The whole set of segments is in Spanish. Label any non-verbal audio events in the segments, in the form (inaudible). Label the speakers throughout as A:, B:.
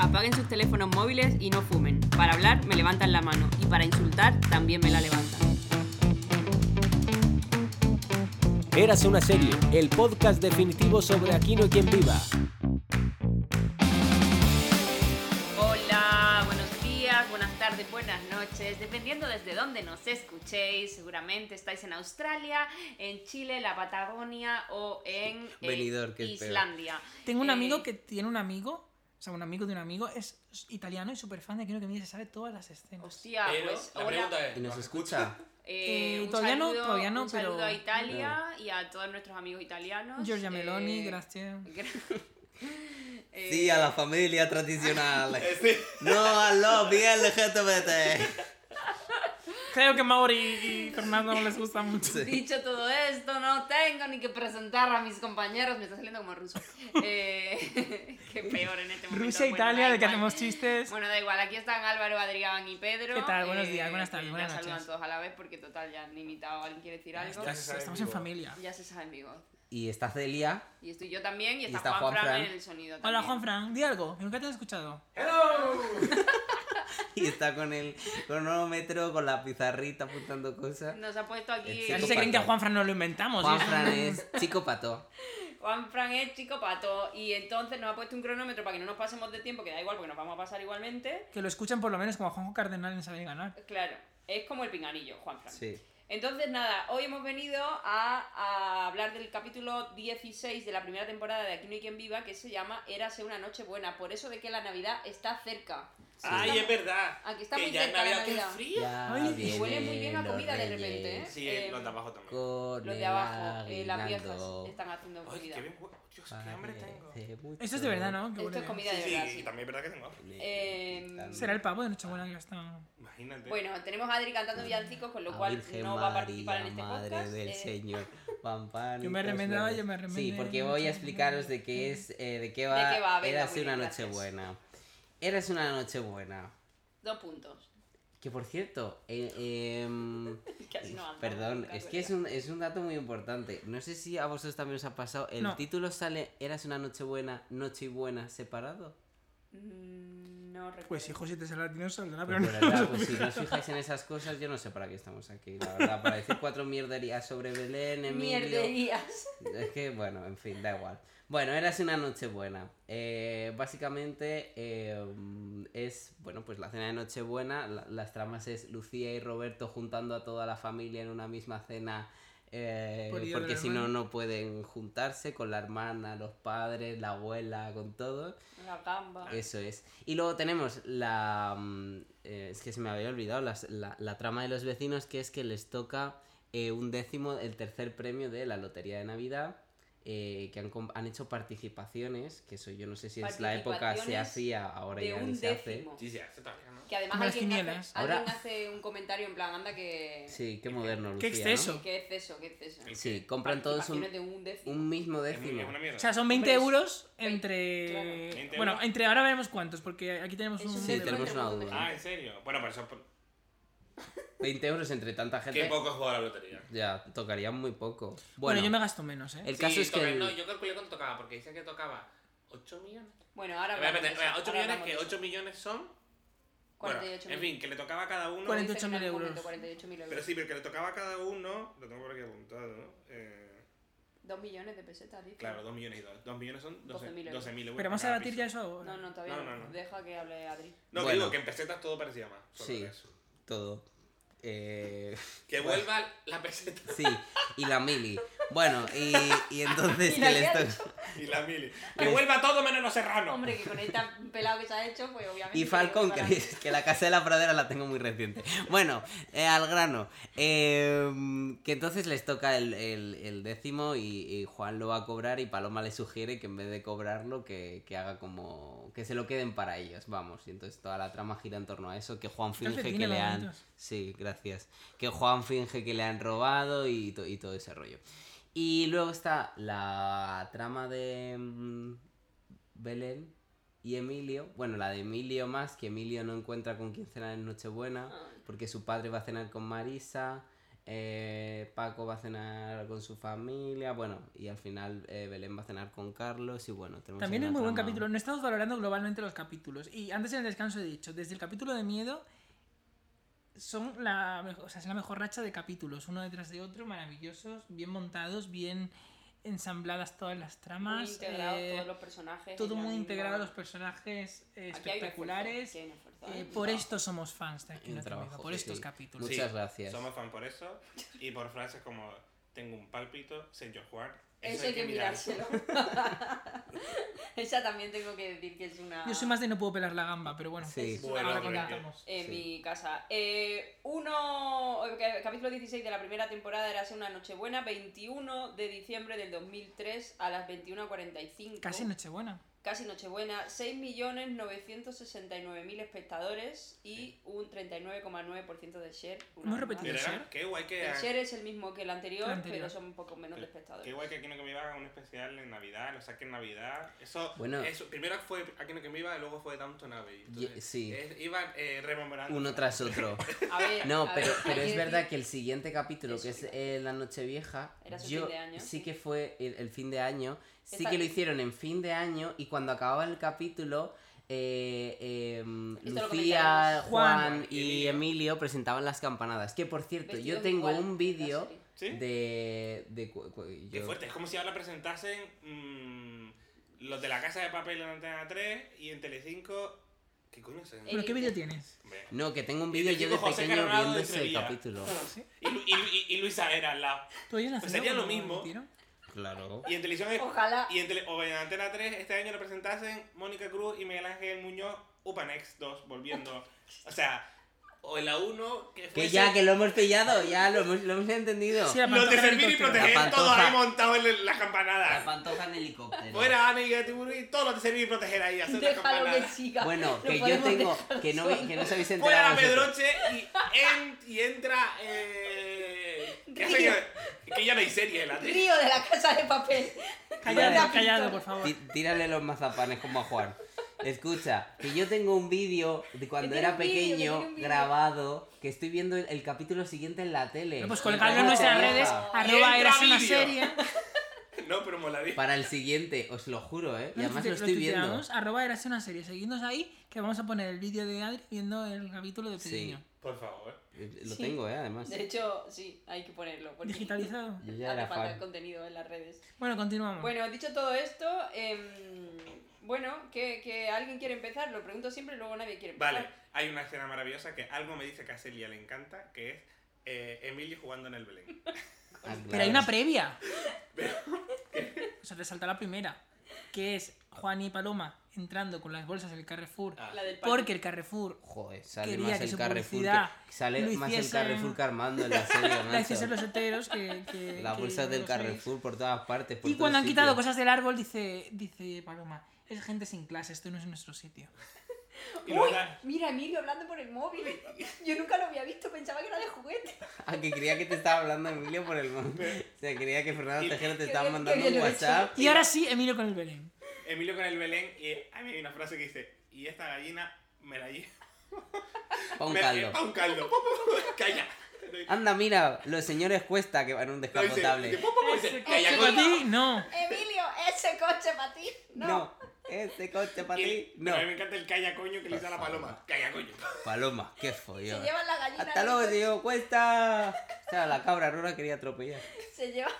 A: apaguen sus teléfonos móviles y no fumen. Para hablar me levantan la mano y para insultar también me la levantan.
B: Érase una serie, el podcast definitivo sobre Aquino y quien viva.
A: Hola, buenos días, buenas tardes, buenas noches. Dependiendo desde dónde nos escuchéis, seguramente estáis en Australia, en Chile, la Patagonia o en eh,
C: Benidorm, que es peor.
A: Islandia.
D: Tengo un
A: Eh,
D: amigo que tiene un amigo, o sea, un amigo de un amigo, es italiano y súper fan de Aquino que me dice, sabe todas las escenas.
A: Hostia,
E: Pero
A: pues
E: la
A: hola.
E: pregunta
C: ¿Y
E: es,
C: nos escucha?
A: Eh,
D: Eh,
A: un
D: todavía no,
A: saludo,
D: todavía no,
A: un saludo
D: pero-
A: a Italia y a todos nuestros amigos italianos.
D: Giorgia Meloni,
A: Eh,
D: gracias.
A: gra- (laughs) Eh,
C: Sí, a la
A: (laughs)
C: familia tradicional.
E: Eh, sí.
C: No a los bien LGTBT.
D: Creo que Mauri y Fernando no les gusta (laughs) mucho.
A: (laughs) Dicho todo esto, no tengo ni que presentar a mis compañeros, me está saliendo como
D: (laughs)
A: ruso. Eh, (laughs) qué peor en este momento.
D: Rusia,
A: Bueno,
D: Italia,
A: da
D: de que
A: igual.
D: hacemos chistes.
A: Bueno, da igual, aquí están Álvaro, Adrián y Pedro.
D: ¿Qué tal? Buenos días, buenas tardes,
A: que
D: buenas
A: ya saludan
D: noches.
A: todos a la vez porque total ya han invitado, alguien quiere decir algo.
E: está.
D: Estamos estamos en familia.
A: Ya se sabe en vivo.
C: Y está Celia.
A: Y estoy yo también y está,
C: está
A: Juan,
C: Juan
A: Fran
C: Fran.
A: en el sonido también.
D: Hola, Juanfran, di algo, que nunca te he escuchado.
C: Y está con el cronómetro, con la pizarrita apuntando cosas.
A: Nos ha puesto aquí.
C: Sí,
D: A ver si se
C: compadre.
D: creen que a Juanfran no lo inventamos. ¿eh?
C: Juan
D: y es-
C: Fran es chico pato.
A: Juan Fran es chico pato y entonces nos ha puesto un cronómetro para que no nos pasemos de tiempo, que da igual porque nos vamos a pasar igualmente.
D: Que lo escuchan por lo menos como a Juanjo Cardenal en Saber y Ganar.
A: Claro, es como el pinganillo, Juan Fran.
C: Sí.
A: Entonces nada, hoy hemos venido a, a hablar del capítulo 16 de la primera temporada de Aquí no hay quien viva que se llama Érase una noche buena, por eso de que la Navidad está cerca.
E: Ay, es verdad.
A: Aquí está
E: que
A: muy
E: ya
A: cerca la
E: Navidad, qué
A: Navidad.
E: frío.
C: Ya
D: Ay, y
C: vienen
A: huele muy bien a
C: los
A: comida de
C: reyes
A: repente, ¿eh?
E: Sí,
A: Eh,
E: los de abajo también.
C: Con
A: Los
C: el
A: de abajo, eh, las viejas
C: aguinaldo.
A: están haciendo
E: Ay,
A: comida.
E: qué bien. hue- Dios, qué
C: Ah,
E: hambre tengo. Sí,
C: Parece mucho.
D: Esto es de verdad, ¿no? Que
A: Esto
D: huele
A: es
D: bien.
A: comida de verdad.
E: sí,
A: sí.
E: y también es verdad que tengo hambre.
A: Eh,
D: Será el pavo de Nochebuena que está.
E: Imagínate.
A: Bueno, tenemos a Adri cantando villancicos, con lo
C: Ah, La
A: cual
C: Virgen
A: no va a participar en este
C: María,
A: podcast.
C: Madre del
A: eh,
C: Señor. Pan, pan,
D: Yo me
C: y cosas
D: remendaba,
C: verdes.
D: yo me
C: Sí,
D: remendé,
C: porque
D: yo me
C: voy a
D: remendé.
C: explicaros de qué es, eh, de qué va.
A: qué va? Venga,
C: Érase
A: muy bien,
C: una noche
A: gracias.
C: buena. Érase una noche buena.
A: Dos puntos. (laughs)
C: Que por cierto, eh, em,
A: Casi no anda,
C: perdón,
A: nunca
C: es que es un, es un dato muy importante. No sé si a vosotros también os ha pasado. El
D: No.
C: título sale Eras una noche buena, noche y buena, separado.
A: Mm, No recuerdo.
D: Pues hijo, si te sale latino saldrá, Ah, pero
C: Pues,
D: no.
C: la verdad, pues si no os fijáis en esas cosas, yo no sé para qué estamos aquí, la verdad. Para decir cuatro mierderías sobre Belén, Emilio...
A: Mierderías. (laughs)
C: (laughs) Es que, bueno, en fin, da igual. Bueno, érase una noche buena. Eh, básicamente eh, mm, es, bueno, pues la cena de Nochebuena. la- las tramas es Lucía y Roberto juntando a toda la familia en una misma cena. eh,
D: Por ir a
C: porque
D: la
C: si no,
D: hermana.
C: no pueden juntarse con la hermana, los padres, la abuela, con todos.
A: La gamba.
C: Eso es. Y luego tenemos la. mm, eh, es que se me había olvidado las- la, la trama de los vecinos, que es que les toca eh, un décimo, el tercer premio de la Lotería de Navidad. eh, que han, com- han hecho participaciones, que eso yo no sé si es la época se
A: Participaciones
C: hacía, ahora
A: De
C: ya ni
A: un
C: se hace.
A: décimo.
E: Sí, sí, hace todavía, ¿no?
A: Que además
D: Como las
A: alguien
D: quinielas.
A: hace, alguien
C: Ahora-
A: hace un comentario en plan, anda que.
C: Sí, qué moderno, Lucía.
D: Qué
C: ¿no?
D: exceso.
A: Qué exceso, qué exceso.
C: Sí, compran todos un,
A: Participaciones de un décimo.
C: un mismo
E: Es, muy-
C: décimo.
E: es una mierda.
D: O sea, son 20
A: Hombre, es-
D: euros
A: veinte,
D: entre.
A: claro.
E: 20
D: Bueno,
E: euros.
D: entre ahora veremos cuántos, porque aquí tenemos
A: Es
D: un.
A: un
C: Sí,
A: décimo
C: tenemos
A: entre
C: una
A: un
C: duda.
E: Ah, ¿en serio? Bueno, pero eso...
C: 20 euros entre tanta
E: Qué
C: gente.
E: poco juega la lotería.
C: Ya, tocaría muy poco.
D: Bueno,
C: Bueno,
D: yo me gasto menos, ¿eh?
C: el caso es que. el-
E: No, yo calculé cuánto tocaba, porque dice que tocaba 8 millones.
A: Bueno, ahora.
E: A ver,
A: hablamos de eso,
E: espérate, espera, 8
A: ahora
E: millones,
A: hablamos
E: que
A: de eso.
E: 8 millones son... Bueno,
A: 48.000.
E: en fin, que le tocaba a cada uno...
D: Cuarenta-
A: Dice en
D: 48.000
A: algún momento,
D: euros.
A: 48.000 euros.
E: Pero sí, pero que le tocaba a cada uno... Lo tengo por aquí apuntado, eh...
A: Dos millones de pesetas, dice.
E: Claro, 2 millones y 2. 2 millones son 12.000
A: 12.000
E: euros.
A: euros.
D: Pero vamos a debatir ya eso ahora.
A: No, no, todavía
E: No,
A: no.
E: no, no.
A: Deja que hable Adri.
E: No,
C: Bueno.
E: que digo que en pesetas todo parecía más. solo
C: Sí.
E: eso.
C: Todo. Eh,
E: Que vuelva la peseta
C: sí, y la mili. Bueno, y, y entonces
A: Y
C: que
A: la
C: les
A: había
C: to-
E: (laughs) y la mili. Que vuelva todo menos los serranos.
A: Hombre, que con este
E: (laughs)
A: pelado que se ha hecho, pues obviamente.
C: Y Falcon, que,
A: para-
C: es- que la casa de la pradera la tengo muy reciente. Bueno, eh, al grano. Eh, que entonces les toca el, el- el décimo y, y Juan lo va a cobrar y Paloma le sugiere que en vez de cobrarlo, que, que haga como... que se lo queden para ellos, vamos. Y entonces toda la trama gira en torno a eso, que Juan finge
D: Calcetines,
C: que le
D: los
C: han...
D: bonitos.
C: Sí, gracias. Que Juan finge que le han robado y, to- y todo ese rollo. Y luego está la trama de mm, Belén y Emilio. Bueno, la de Emilio más, que Emilio no encuentra con quién cenar en Nochebuena,
A: Ay.
C: porque su padre va a cenar con Marisa. eh, Paco va a cenar con su familia, bueno, y al final eh, Belén va a cenar con Carlos y bueno, tenemos
D: También
C: ahí
D: es
C: una
D: muy buen
C: trama.
D: capítulo. No estamos valorando globalmente los capítulos. Y antes en el descanso he dicho, desde el capítulo de miedo son la, mejo- o sea, es la mejor racha de capítulos, uno detrás de otro, maravillosos, bien montados, bien ensambladas todas las
A: Muy
D: tramas.
A: integrados
D: eh,
A: todos los personajes.
D: todo
A: en la
D: muy
A: misma-
D: integrado, los personajes eh,
A: Aquí hay un esfuerzo,
D: espectaculares.
A: aquí hay un esfuerzo,
D: Eh,
A: ¿eh?
D: por esto somos fans de aquí
C: Un
D: en Latinoamérica,
C: trabajo,
D: por
C: sí,
D: estos
C: sí.
D: capítulos.
C: Muchas gracias.
E: Somos fan por eso. Y por frases como tengo un pálpito, señor Juan.
A: Eso
E: eso
A: hay que mirárselo. (laughs) Esa también tengo que decir que es una.
D: Yo soy más de no puedo pelar la gamba, pero bueno,
C: Sí.
D: es-
E: Bueno,
D: ahora
E: pero es que-
D: contamos.
A: En
C: Sí.
A: mi casa. Eh, uno, eh, capítulo 16 de la primera temporada era una Nochebuena, 21 de diciembre del 2003 a las 21.45.
D: Casi Nochebuena.
A: Casi Nochebuena, 6.969.000 espectadores y un 39,9% de share. una
D: Hemos
A: vez
D: repetido.
A: más.
E: Pero
D: ¿Puede
E: era-
D: ser?
E: qué guay que.
A: El share es el mismo que el anterior,
D: El anterior.
A: pero son un poco menos de
E: Qué
A: espectadores.
E: guay que Aquí no que me iba haga un especial en Navidad, lo saque en Navidad. Eso,
C: Bueno.
E: eso primero fue Aquí no que me iba, y luego fue Downton Abbey. Entonces,
C: Ye- sí.
E: es- iban eh, rememorando.
C: Uno tras otro.
A: A ver,
C: No,
A: a ver,
C: pero, pero
A: hay
C: es
A: que
C: verdad
A: decir-
C: que el siguiente capítulo,
A: Eso
C: que es
A: iba.
C: eh, La Nochevieja,
A: Era su
C: yo
A: fin de año,
C: sí
A: sí.
C: que fue el, el fin de año, sí
A: Esta-
C: que lo hicieron en fin de año y cuando acababa el capítulo, eh, eh,
A: Esto lo
C: Lucía,
A: comentaremos.
C: Juan
E: Juan
C: y
E: Emilio.
C: Emilio presentaban las campanadas. Que por cierto, yo
A: Vestidos
C: tengo
A: igual,
C: un vídeo
A: casi.
E: ¿Sí?
C: de... de cu- cu-
E: Qué
C: yo-
E: fuerte, es como si ahora presentasen mm, los de la casa de papel en Antena 3 y en Telecinco. ¿Qué coño es eso?
A: Eh,
D: ¿Pero qué vídeo tienes?
E: Hombre.
C: No, que tengo un
E: Y
C: vídeo
E: te
C: yo de
E: digo José
C: pequeño
E: Coronado
C: viendo
E: de
C: ese
E: Sevilla.
C: capítulo.
D: ¿Sí?
E: Y, Lu- y, Lu- y, y Luisa era al lado.
D: ¿Tú oyes la
E: Pues
D: cena
E: sería lo
D: cuando
E: mismo.
D: lo metieron?
C: Claro.
E: Y en televisión es-
A: Ojalá.
E: Y en tele- o en Antena 3 este año lo presentasen Mónica Cruz y Miguel Ángel Muñoz Upanex 2 volviendo. O sea, o en la 1 que fue
A: Pues
C: Que ya, que lo hemos pillado, ya lo hemos, lo hemos entendido.
D: Sí, la
E: los
D: pantoja
E: de
D: del
E: servir y
D: helicóptero.
C: La
E: proteger
C: pantoja.
E: todos ahí montados en las
C: La
E: campanadas.
C: pantoja en helicóptero.
E: Fuera Ana y Gatiburri, todos los de servir y proteger ahí haciendo las
A: Déjalo que
E: campanadas.
A: siga.
C: Bueno,
A: lo
C: que yo
A: podemos
C: tengo.
A: dejar
C: Que no,
A: solo.
C: que no os habéis
E: Fuera
C: enterado.
E: la
C: vosotros.
E: Pedroche y, en- y entra. Eh, que, hace
A: Río.
E: que- que ya no hay serie en la tele.
A: Río de la casa de papel.
D: Callado, callado, por favor.
C: Tí- Tírale los mazapanes como a Juan. Escucha, que yo tengo un vídeo de cuando
A: Que tiene
C: era
A: un vídeo, que
C: pequeño
A: tiene un vídeo.
C: grabado que estoy viendo el, el capítulo siguiente en la tele.
D: Bueno, pues
C: Entonces,
D: colgadlo en nuestras
C: vieja,
D: redes,
E: entra
D: arroba eras una
E: vídeo.
D: serie.
E: No, pero molaría.
C: Para el siguiente, os lo juro, ¿eh? Y
D: Lo
C: además lo
D: tuite-
C: estoy viendo.
D: tuiteamos, Arroba eras una serie. Seguidnos ahí que vamos a poner el vídeo de Adri viendo el capítulo de
C: Sí.
D: pequeño.
E: Por favor.
C: Eh, Lo
A: Sí.
C: tengo, ¿eh? Además.
A: De hecho, sí, hay que ponerlo. porque
D: Digitalizado. Ah.
C: Yo
A: (laughs)
C: ya
A: hace
C: era
A: falta
C: fan.
A: el contenido en las redes.
D: Bueno, continuamos.
A: Bueno, dicho todo esto, em, bueno, que, que alguien quiere empezar, lo pregunto siempre y luego nadie quiere empezar.
E: Vale, hay una escena maravillosa que algo me dice que a Celia le encanta, que es eh, Emilio jugando en el Belén.
C: Ah, claro.
D: Pero hay una previa. O sea, resalta la primera, que es Juan y Paloma entrando con las bolsas del Carrefour.
E: Ah.
A: La del
D: Porque el Carrefour
C: Joder, sale
D: Quería
C: más
D: que
C: el
D: su
C: Carrefour.
D: publicidad
C: que- sale
D: lo
C: más el
D: hiciesen-
C: Carrefour que Armando en la serie,
D: (laughs) la
C: macho.
D: hicieron los heteros que... que
C: (laughs) Las
D: que
C: bolsas del
D: no sabéis.
C: Carrefour por todas partes. por
D: Y
C: todos
D: cuando han quitado
C: sitios.
D: cosas del árbol, dice, dice Paloma, es gente sin clase, esto no es nuestro sitio.
E: Y
A: ¡Uy!
E: luego da-
A: Mira, Emilio hablando por el móvil. Yo nunca lo había visto, pensaba que era de juguete. (laughs)
C: Ah, que creía que te estaba hablando Emilio por el móvil. O sea, creía que Fernando
E: Y-
C: Tejero te
A: Qué
C: estaba
A: bien- qué
C: mandando
A: bien
C: un
A: lo he hecho.
C: WhatsApp.
D: Y ahora sí, Emilio con el Belén.
E: Emilio con el Belén y a mí hay una frase que dice, y esta gallina me la lleva.
C: Pa' un
E: me-
C: caldo.
E: pa'
C: (laughs)
E: un caldo. Pum, pum, pum, Calla.
C: Anda, mira, los señores cuesta que van a un
E: No, dice- dice,
C: descapotable.
E: pum, pum, pum, dice, calla,
D: Para
E: coño.
D: ti, no.
A: Emilio, ese coche para ti. No.
C: No, este coche para
E: Y-
C: ti.
E: pero
C: No.
E: A mí me encanta el calla coño que le dice a la paloma. Calla coño.
C: Paloma, qué
A: Se
C: follón.
A: llevan la gallina.
C: Hasta
A: del
C: luego,
A: coche,
C: tío, cuesta. O sea, la cabra no la quería atropellar.
A: Se lleva.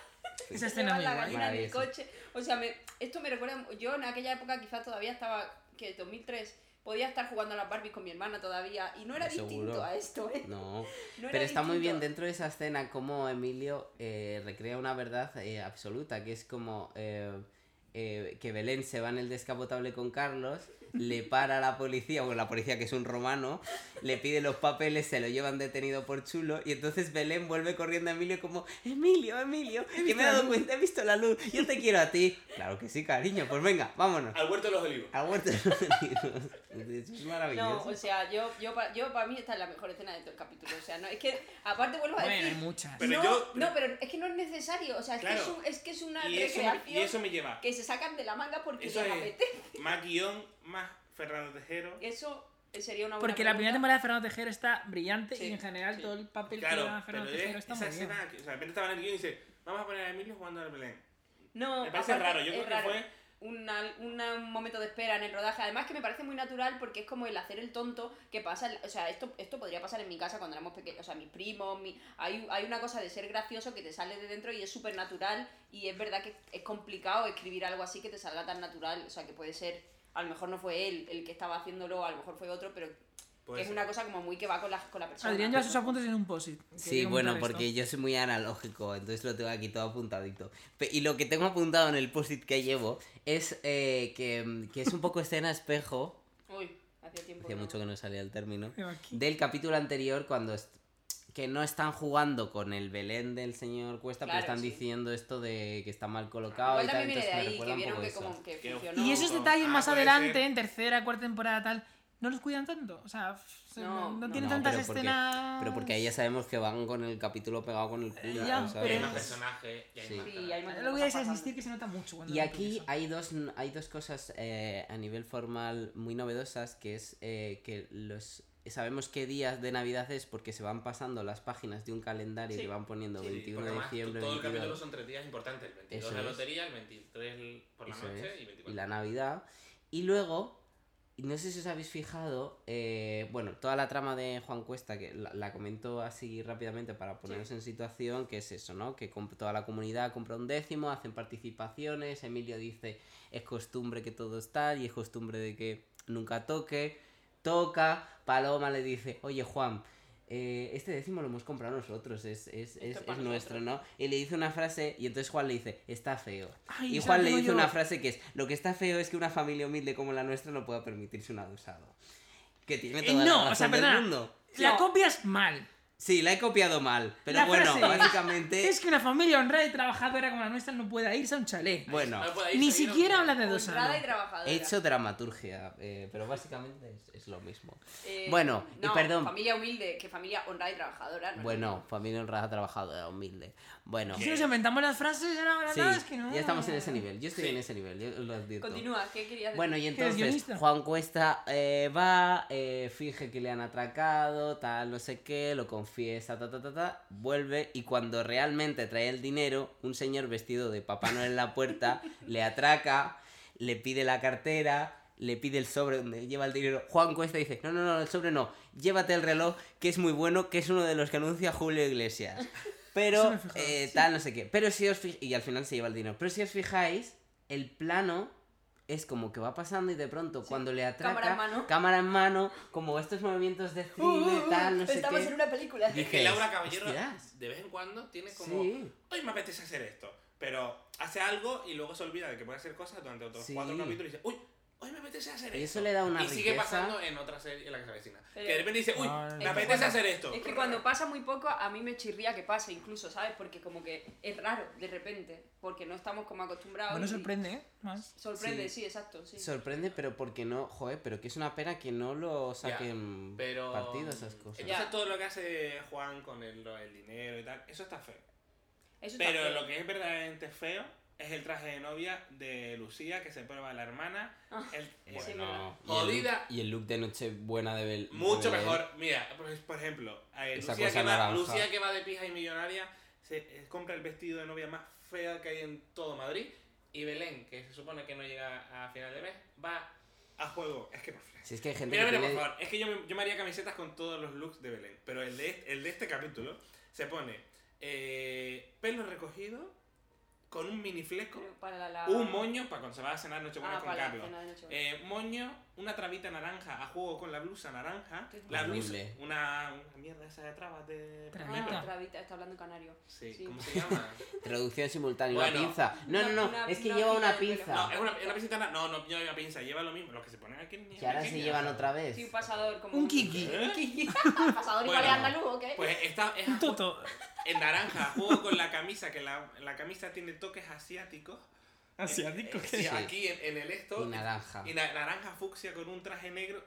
D: Esa
A: se llevan
D: escena es
A: la
D: muy guay.
A: gallina en el
C: Maravilloso.
A: coche. O sea, me- esto me recuerda. Yo en aquella época, quizás todavía estaba. que 2003. Podía estar jugando a las Barbies con mi hermana todavía. Y no era
C: Seguro.
A: distinto a esto, ¿eh?
C: No.
A: No era
C: Pero está muy bien
A: distinto.
C: dentro de esa escena como Emilio eh, recrea una verdad eh, absoluta, que es como eh, eh, que Belén se va en el descapotable con Carlos, le para a la policía, bueno, la policía que es un romano, le pide los papeles, se lo llevan detenido por chulo, y entonces Belén vuelve corriendo a Emilio como, Emilio, Emilio, que me he dado cuenta, he visto la luz, yo te quiero a ti. Claro que sí, cariño, pues venga,
E: (laughs)
C: vámonos.
E: Al huerto de los olivos.
C: A huerto de los olivos. Eso es
A: No, o
C: maravilloso.
A: sea, yo, yo, pa- yo para mí esta es la mejor escena de todo el capítulo. O sea, no, es que aparte vuelvo a
D: Bueno,
A: decir.
D: hay muchas.
E: Pero
A: no,
E: yo-
A: no, pero es que no es necesario. O sea, es, que,
E: Claro.
A: es, un- es que es una
E: Y eso, me,
A: recreación
E: y eso me lleva.
A: que se sacan de la manga porque
E: Eso
A: les
E: es
A: apetece.
E: más guión, más Fernando Tejero.
A: Eso Sería una buena
D: Porque la
A: pregunta.
D: primera temporada de Fernando Tejero está brillante
A: Sí,
D: y en general
A: sí.
D: todo el papel que da
E: Claro, pero
D: Fernando
E: es
D: Tejero está
E: esa
D: muy bien.
E: escena que o sea, de repente estaban en el guión y dice, vamos a poner a Emilio jugando al Belén.
A: No,
E: Me parece
A: aparte,
E: raro,
A: es
E: yo creo que
A: raro.
E: fue...
A: Una- una- un momento de espera en el rodaje. Además que me parece muy natural porque es como el hacer el tonto que pasa. O sea, esto, esto podría pasar en mi casa cuando éramos pequeños. O sea, mis primos, mi- hay, hay una cosa de ser gracioso que te sale de dentro y es súper natural. Y es verdad que es complicado escribir algo así que te salga tan natural. O sea, que puede ser, a lo mejor no fue él el que estaba haciéndolo, a lo mejor fue otro, pero
E: Puede
A: que es
E: ser.
A: una cosa como muy que va con la, con la persona.
D: Adrián lleva sus apuntes en un posit.
C: Sí, bueno, porque yo soy muy analógico, entonces lo tengo aquí todo apuntadito. Pe- Y lo que tengo apuntado en el post-it que llevo es eh, que, que es un poco escena espejo,
A: Uy, hacía tiempo.
C: hacía
A: no.
C: mucho que no salía el término,
D: Veo aquí.
C: del capítulo anterior cuando est- que no están jugando con el Belén del señor Cuesta,
A: Claro,
C: pero están
A: sí.
C: diciendo esto de que está mal colocado
A: Igual
C: y tal,
A: también viene de
C: entonces me
A: ahí,
C: recuerda
A: que
C: un
A: vieron
C: poco
A: que
C: eso.
A: como que
E: Que-
A: funcionó.
D: Y esos
E: eso-
D: detalles
E: Ah,
D: más
E: puede
D: adelante,
E: ser.
D: en tercera, cuarta temporada tal, no los cuidan tanto. O sea, f- se-
A: No,
D: no,
A: no,
D: tienen
C: no,
D: tantas
C: pero porque-
D: escenas.
C: Pero porque ahí ya sabemos que van con el capítulo pegado con el
A: Eh,
C: culo.
D: Ya,
C: ¿sabes?
E: Y
D: pero-
E: hay más
C: Entonces-
E: personajes, y hay
C: Sí.
E: más
A: Sí,
E: personajes.
A: hay más
D: No voy a
A: cosas pasando.
D: insistir que se nota mucho cuando.
C: Y
D: lo
C: aquí
D: pienso.
C: hay dos, hay dos cosas eh, a nivel formal muy novedosas, que es eh, que los sabemos qué días de Navidad es porque se van pasando las páginas de un calendario
A: Sí.
C: que van poniendo
E: Sí,
C: 21
E: porque
C: de
E: además
C: diciembre,
E: Todo el
C: 22,
E: capítulo son tres días importantes: el 22
C: Eso
E: la
C: es.
E: lotería, el 23 el- por la
C: eso
E: noche
C: es,
E: y
C: y
E: 24.
C: la Navidad. Y luego, y no sé si os habéis fijado, eh, bueno, toda la trama de Juan Cuesta, que la, la comento así rápidamente para ponernos en situación, que es eso, ¿no? Que comp- toda la comunidad compra un décimo, hacen participaciones, Emilio dice, es costumbre que todo está y es costumbre de que nunca toque, toca, Paloma le dice, oye Juan, eh, este décimo lo hemos comprado nosotros, es, es, es-
A: es
C: es
A: para
C: nuestro, ¿no? Y le dice una frase y entonces Juan le dice, está feo.
D: Ay,
C: Y
D: esa
C: Juan
D: la
C: le
D: tengo
C: dice
D: yo.
C: una frase que es, lo que está feo es que una familia humilde como la nuestra no pueda permitirse un adosado. Que tiene
D: Eh,
C: toda
D: no,
C: la
D: o sea,
C: razón del
D: perdona.
C: mundo.
D: La
A: No.
D: copias mal.
C: Sí, la he copiado mal, pero
D: La
C: bueno,
D: frase es-
C: básicamente...
D: (laughs) Es que una familia honrada y trabajadora como la nuestra no pueda irse a un chalet.
C: Bueno,
E: No puede ir
D: Ni
E: seguido,
D: siquiera
E: pero-
D: habla de dos
A: Honrada y trabajadora.
C: he hecho dramaturgia, eh, pero básicamente es- es lo mismo.
A: Eh,
C: Bueno, y
A: no,
C: perdón.
A: Familia humilde, que familia honrada y trabajadora. ¿no?
C: Bueno, familia honrada, trabajadora, humilde. Bueno,
D: Si nos inventamos las frases, ya la
C: sí,
D: verdad es que no.
C: ya estamos en ese nivel. Yo estoy
E: Sí.
C: en ese nivel, yo os lo advierto.
A: Continúa, ¿qué querías decir?
C: Bueno, y
D: eres
C: entonces
D: guionista?
C: Juan Cuesta eh, va, eh, finge que le han atracado, tal, no sé qué, lo confiesa, ta, ta, ta, ta, vuelve y cuando realmente trae el dinero, un señor vestido de Papá Noel en la
D: (laughs)
C: puerta le atraca, le pide la cartera, le pide el sobre donde lleva el dinero. Juan Cuesta dice, no, no, no, el sobre no, llévate el reloj, que es muy bueno, que es uno de los que anuncia Julio
D: (laughs)
C: Iglesias.
D: Eso
C: Pero,
D: me he fijado,
C: eh, tal, no sé qué. Pero si os fijáis, y al final se lleva el dinero. Pero si os fijáis, el plano es como que va pasando y de pronto cuando le atraca,
A: cámara en mano.
C: cámara en mano, como estos movimientos de cine,
A: Uh, uh, uh,
C: tal, no sé
A: estamos
C: qué.
A: en una película.
E: Es que
C: Dices,
E: Laura Caballero
C: "Hostias".
E: de vez en cuando tiene como.
C: Sí,
E: Hoy me apetece hacer esto. Pero hace algo y luego se olvida de que puede hacer cosas durante otros
C: Sí.
E: cuatro capítulos y dice, uy, hoy me apetece hacer
C: Y
E: esto.
C: eso le da una
E: Y sigue
C: riqueza.
E: pasando en otra serie en la que se avecina.
A: Pero-
E: que de repente dice, uy,
D: Ay.
A: Es
E: me
A: que
E: apetece
A: cuando-
E: hacer
A: (laughs)
E: esto.
A: Es que cuando pasa muy poco, a mí me chirría que pase incluso, ¿sabes? Porque como que es raro, de repente, porque no estamos como acostumbrados.
D: Bueno,
A: y-
D: sorprende, ¿eh? Más.
A: Sorprende,
C: Sí.
A: sí, exacto, sí.
C: sorprende, pero porque no, joder, pero que es una pena que no lo
E: Ya,
C: saquen
E: pero...
C: partido esas cosas.
E: Entonces
A: Ya.
E: todo lo que hace Juan con el, lo del dinero y tal, eso está feo.
A: Eso está
E: Pero
A: feo.
E: lo que es verdaderamente feo es el traje de novia de Lucía que se prueba la hermana.
A: Ah,
E: El-
A: Bueno, verdad.
E: el-
C: y el look-
E: Jodida.
C: Y el look de Nochebuena de Bel. de
E: mucho
C: Belén.
E: mejor. Mira, por, por ejemplo, eh,
C: Esa
E: Lucía,
C: cosa
E: que va,
C: naranja.
E: Lucía que va de pija y millonaria se eh, compra el vestido de novia más feo que hay en todo Madrid. Y Belén, que se supone que no llega a final de mes, va a juego. Es que por favor.
C: Si es que hay gente
E: Mira,
C: que
E: mira, por
C: tiene-
E: favor. Es que yo me, yo me haría camisetas con todos los looks de Belén. Pero el de, el de este capítulo se pone eh, pelo recogido con un mini fleco.
A: Para la, la-
E: Un moño para cuando se va a cenar Nochebuena
A: Ah,
E: con
A: para la
E: Carlos.
A: cena de Nochebuena.
E: Eh, moño, una trabita naranja a juego con la blusa naranja.
A: Qué
E: La blusa,
C: Horrible.
E: una, una mierda esa de trabas de.
A: Ah,
D: Trabita.
A: trabita, está hablando canario.
E: Sí,
A: Sí.
E: ¿cómo se llama?
C: Traducción simultánea, una
E: Bueno.
C: pinza. No, no,
A: Una-
C: no,
A: una-
C: es que
A: una
C: lleva
A: pinza
C: una
A: de pelo.
C: pinza.
E: No, es una, es una pinza. na- No, no lleva una pinza, lleva lo mismo. Los que se ponen aquí ni
C: Que ahora se
E: Virginia,
C: llevan
E: ¿sabes?
C: otra vez.
A: Sí, un pasador como.
D: Un kiki.
E: ¿Eh?
A: (laughs) Un pasador igual
E: Bueno.
A: es andaluz, ¿o qué?
E: Pues está es
D: Un (laughs) toto.
E: en naranja, a juego con la camisa, que la, la camisa tiene toques asiáticos.
D: Asiático,
E: Eh,
D: ¿qué?
E: sí,
C: Sí.
E: Aquí en, en el esto.
C: Y naranja.
E: Y na- naranja fucsia con un traje negro.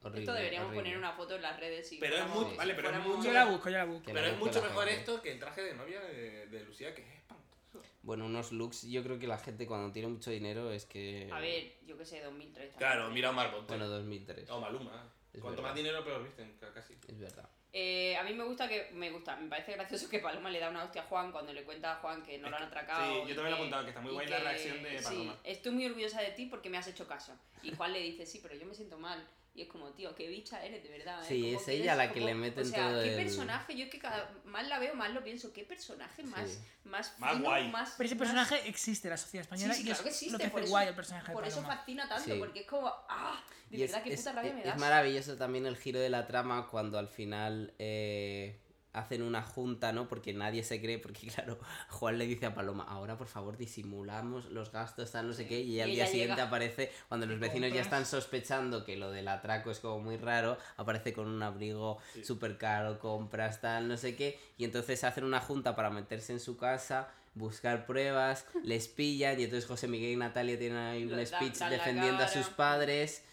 C: Horrible,
A: Esto deberíamos
C: horrible.
A: poner una foto en las redes. y
E: Pero es
A: fuéramos-
E: mucho- vale, pero es
A: fuéramos-
E: mucho
D: Yo la busco, yo la busco.
C: Que
E: Pero
C: la
E: es
C: busque
E: mucho
C: la
E: mejor
C: gente.
E: esto que el traje de novia de, de Lucía, que es espantoso.
C: Bueno, unos looks, yo creo que la gente cuando tiene mucho dinero es que...
A: A ver, yo qué sé, 2003. también.
E: Claro, mira a Omar Montes.
C: Bueno, 2003.
E: O Maluma.
C: Es verdad.
E: Cuanto más dinero, peor visten, ca- casi.
C: Es verdad.
A: Eh, a mí me gusta que. Me gusta, me parece gracioso que Paloma le da una hostia a Juan cuando le cuenta a Juan que no lo han atracado.
E: sí, yo
A: y
E: también lo he apuntado, que está muy
A: y
E: guay la reacción de
A: sí,
E: Paloma.
A: estoy muy orgullosa de ti porque me has hecho caso. Y Juan le dice, sí, pero yo me siento mal. Y es como, tío, qué bicha eres, de verdad. ¿eh?
C: Sí,
A: ¿Cómo
C: es ella la que le mete
A: O
C: en
A: sea,
C: todo
A: qué
C: el-
A: personaje, yo es que cada más la veo, más lo pienso. Qué personaje más,
C: Sí.
A: más,
E: Más
A: fino,
E: guay.
A: más-
D: Pero ese
A: más-
D: personaje existe en la sociedad española
A: Sí, sí,
D: y
A: claro
D: es
A: que existe,
D: lo que
A: por
D: hace
A: eso-
D: guay el personaje
A: Por
D: de
A: eso
D: Paloma.
A: fascina tanto,
C: Sí.
A: porque es como, ah, de
C: Y es,
A: verdad, qué
C: es- e
A: puta rabia
C: es-
A: me
C: es
A: das.
C: maravilloso también el giro de la trama cuando al final eh, hacen una junta, ¿no? Porque nadie se cree, porque (laughs) claro, Juan le dice a Paloma, ahora por favor disimulamos los gastos, tal, no sé qué, y
A: Y
C: ella al
A: ella
C: día siguiente
A: llega.
C: aparece, cuando los vecinos ya están sospechando que lo del atraco es como muy raro, aparece con un abrigo
E: Sí.
C: súper caro, compras, tal, no sé qué, y entonces hacen una junta para meterse en su casa. Buscar pruebas, les pillan y entonces José Miguel y Natalia tienen ahí
A: Lo
C: un
A: dan-
C: speech
A: dan la
C: defendiendo a sus
A: cara.
C: padres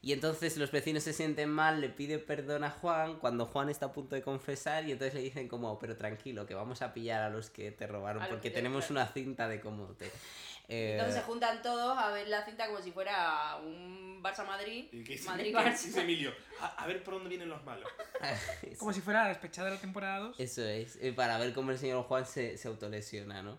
C: y entonces los vecinos se sienten mal, le pide perdón a Juan cuando Juan está a punto de confesar y entonces le dicen como, pero tranquilo, que vamos a pillar a los que te robaron
A: A los
C: porque
A: que te-
C: tenemos
A: claro.
C: una cinta de cómo te...
A: (laughs)
C: eh,
A: Entonces se juntan todos a ver la cinta como si fuera un Barça Madrid.
E: Y que dice- (laughs)
A: Madrid
E: que
A: Barça.
E: dice Emilio, a, a ver por dónde vienen los malos.
C: (laughs)
D: Como si fuera la despechada de la temporada 2.
C: Eso es, eh, para ver cómo el señor Juan se, se autolesiona, ¿no?